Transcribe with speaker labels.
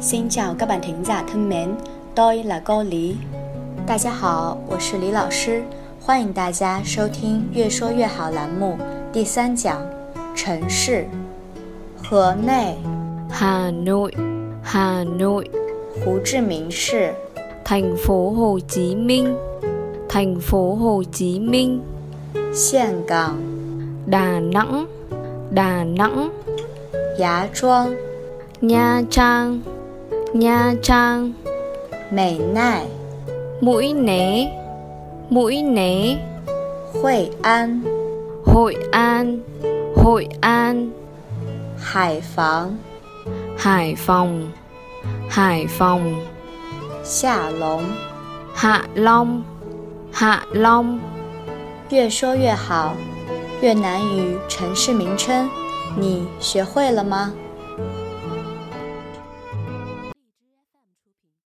Speaker 1: Xin chào các bạn thính giả thân mến, tôi là cô Lý.
Speaker 2: 大家好，我是李老师，欢迎大家收听《越说越好》栏目第三讲：城市，河内，
Speaker 3: Hà Nội, Hà Nội,
Speaker 2: 胡志明市，
Speaker 3: thành phố Hồ Chí Minh, thành phố Hồ Chí Minh,
Speaker 2: 岘港，
Speaker 3: Đà Nẵng, Đà Nẵng,
Speaker 2: 芽庄，
Speaker 3: Nha Trang, Nha Trang,
Speaker 2: 美奈，
Speaker 3: Mũi Né, Mũi Né,
Speaker 2: 惠安，
Speaker 3: Hội An, Hội An,
Speaker 2: 海防，
Speaker 3: Hải Phòng, Hải Phòng,
Speaker 2: 下龙。
Speaker 3: Hạ Long, Hạ Long,
Speaker 2: 越说越好，越南语城市名称，你学会了吗？